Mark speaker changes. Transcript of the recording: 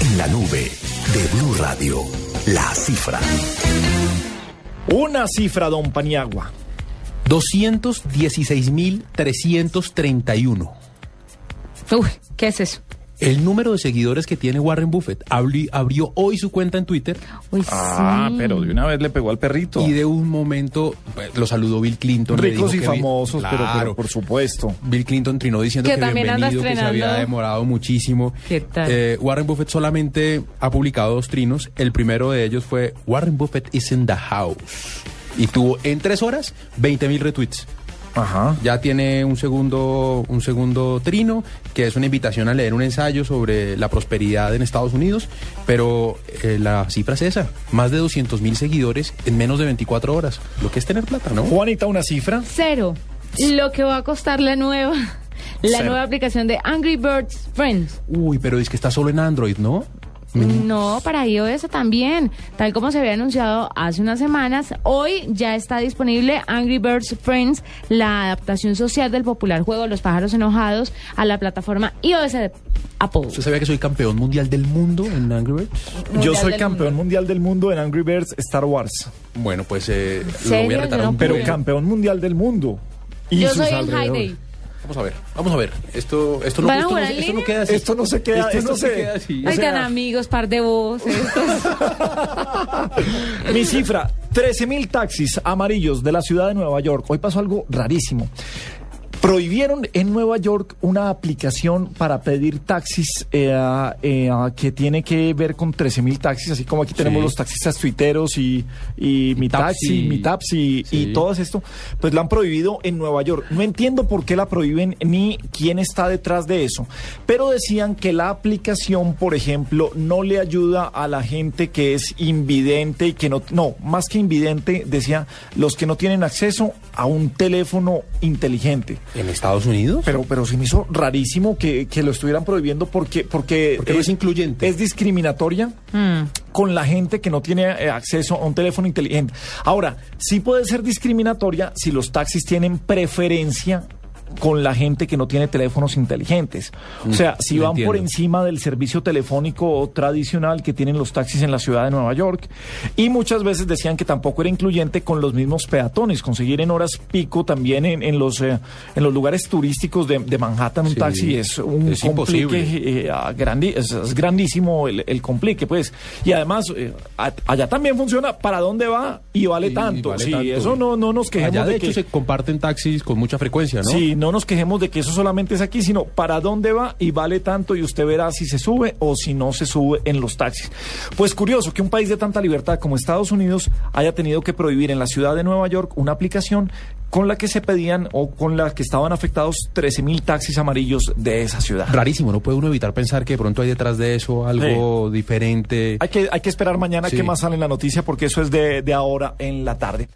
Speaker 1: en la nube de Blue Radio. La cifra.
Speaker 2: Una cifra, don Paniagua.
Speaker 3: 216.331.
Speaker 4: Uy, ¿qué es eso?
Speaker 3: El número de seguidores que tiene Warren Buffett abri- abrió hoy su cuenta en Twitter
Speaker 4: Uy,
Speaker 2: Ah,
Speaker 4: sí.
Speaker 2: pero de una vez le pegó al perrito.
Speaker 3: y de un momento pues, lo saludó Bill Clinton. le dijo
Speaker 2: Oh. Ricos y
Speaker 3: que bien-
Speaker 2: famosos, pero- pero,
Speaker 3: Claro.
Speaker 2: por supuesto.
Speaker 3: Bill Clinton trinó diciendo
Speaker 4: Que
Speaker 3: que,
Speaker 4: también anda
Speaker 3: bienvenido, que se
Speaker 4: estrenando.
Speaker 3: había demorado muchísimo.
Speaker 4: ¿Qué tal?
Speaker 3: Eh, Warren Buffett solamente ha publicado dos trinos. El primero de ellos fue Warren Buffett is in the house. Y tuvo en tres horas 20 mil retweets.
Speaker 2: Ajá.
Speaker 3: Ya tiene un segundo, un segundo trino, que es una invitación a leer un ensayo sobre la prosperidad en Estados Unidos, pero eh, la cifra es esa, más de 200 mil seguidores en menos de 24 horas, lo que es tener plata, ¿no?
Speaker 2: Juanita, una cifra.
Speaker 4: Cero. Lo que va a costar la nueva, la
Speaker 2: Cero.
Speaker 4: nueva aplicación de Angry Birds Friends.
Speaker 3: Uy, pero es que está solo en Android, ¿no?
Speaker 2: Mm.
Speaker 4: No, para iOS también. Tal como se había anunciado hace unas semanas, hoy ya está disponible Angry Birds Friends, la adaptación social del popular juego Los pájaros enojados a la plataforma iOS de Apple.
Speaker 3: ¿Usted sabía que soy campeón mundial del mundo en Angry Birds?
Speaker 2: Yo
Speaker 4: Mundial
Speaker 2: soy
Speaker 4: del
Speaker 2: campeón
Speaker 4: mundo.
Speaker 2: mundial del mundo en Angry Birds Star Wars.
Speaker 3: Bueno, pues eh, lo
Speaker 4: serio?
Speaker 3: voy a
Speaker 4: Yo
Speaker 3: retar
Speaker 4: no
Speaker 3: un
Speaker 2: Pero
Speaker 3: duelo.
Speaker 2: campeón mundial del mundo. Y
Speaker 4: Yo
Speaker 2: sus
Speaker 4: soy el
Speaker 2: alrededores.
Speaker 4: High Day.
Speaker 3: Vamos a ver, vamos a ver. Esto, esto, no,
Speaker 4: ¿Van a
Speaker 3: esto, no-
Speaker 4: jugar en
Speaker 3: esto no
Speaker 4: línea?
Speaker 3: queda así.
Speaker 2: Esto no se queda- esto
Speaker 3: no se
Speaker 2: se-
Speaker 3: queda así.
Speaker 2: O
Speaker 4: Ay,
Speaker 2: sea-
Speaker 4: tan amigos, par de voces.
Speaker 2: Mi cifra, 13.000 taxis amarillos de la ciudad de Nueva York. Hoy pasó algo rarísimo. Prohibieron en Nueva York una aplicación para pedir taxis eh, eh, que tiene que ver con 13.000 taxis, así como aquí tenemos
Speaker 3: Sí.
Speaker 2: los taxistas tuiteros y, y mi
Speaker 3: Tapsi.
Speaker 2: taxi, mi tapsi y- y
Speaker 3: Sí.
Speaker 2: todas esto, pues la han prohibido en Nueva York. No entiendo por qué la prohíben ni quién está detrás de eso, pero decían que la aplicación, por ejemplo, no le ayuda a la gente que es invidente y que no, no, más que invidente, decía, los que no tienen acceso a un teléfono inteligente.
Speaker 3: ¿En Estados Unidos?
Speaker 2: Pero, pero se me hizo rarísimo que, que lo estuvieran prohibiendo porque, porque,
Speaker 3: Porque no es incluyente.
Speaker 2: Es discriminatoria
Speaker 4: Mm.
Speaker 2: con la gente que no tiene eh, acceso a un teléfono inteligente. Ahora, sí puede ser discriminatoria si los taxis tienen preferencia con la gente que no tiene teléfonos inteligentes. O sea, si
Speaker 3: Mm, lo
Speaker 2: van por
Speaker 3: entiendo.
Speaker 2: encima del servicio telefónico tradicional que tienen los taxis en la ciudad de Nueva York. Y muchas veces decían que tampoco era incluyente con los mismos peatones. Conseguir en horas pico también en, en los, eh, en los lugares turísticos de, de Manhattan un
Speaker 3: Sí,
Speaker 2: taxi es un
Speaker 3: es
Speaker 2: complique,
Speaker 3: imposible.
Speaker 2: eh, ah, grandi- es, es grandísimo el, el complique, pues. Y además, eh, a- allá también funciona para dónde va y vale
Speaker 3: Y
Speaker 2: tanto.
Speaker 3: vale
Speaker 2: sí,
Speaker 3: tanto.
Speaker 2: eso no, no nos quejemos
Speaker 3: Allá, de,
Speaker 2: de
Speaker 3: hecho,
Speaker 2: que-
Speaker 3: se comparten taxis con mucha frecuencia, ¿no?
Speaker 2: Sí, no nos quejemos de que eso solamente es aquí, sino para dónde va y vale tanto y usted verá si se sube o si no se sube en los taxis. Pues curioso que un país de tanta libertad como Estados Unidos haya tenido que prohibir en la ciudad de Nueva York una aplicación con la que se pedían o con la que estaban afectados 13.000 taxis amarillos de esa ciudad.
Speaker 3: Rarísimo, no puede uno evitar pensar que de pronto hay detrás de eso algo diferente.
Speaker 2: Hay que, hay que esperar mañana
Speaker 3: Sí.
Speaker 2: qué más sale en la noticia porque eso es de, de ahora en la tarde.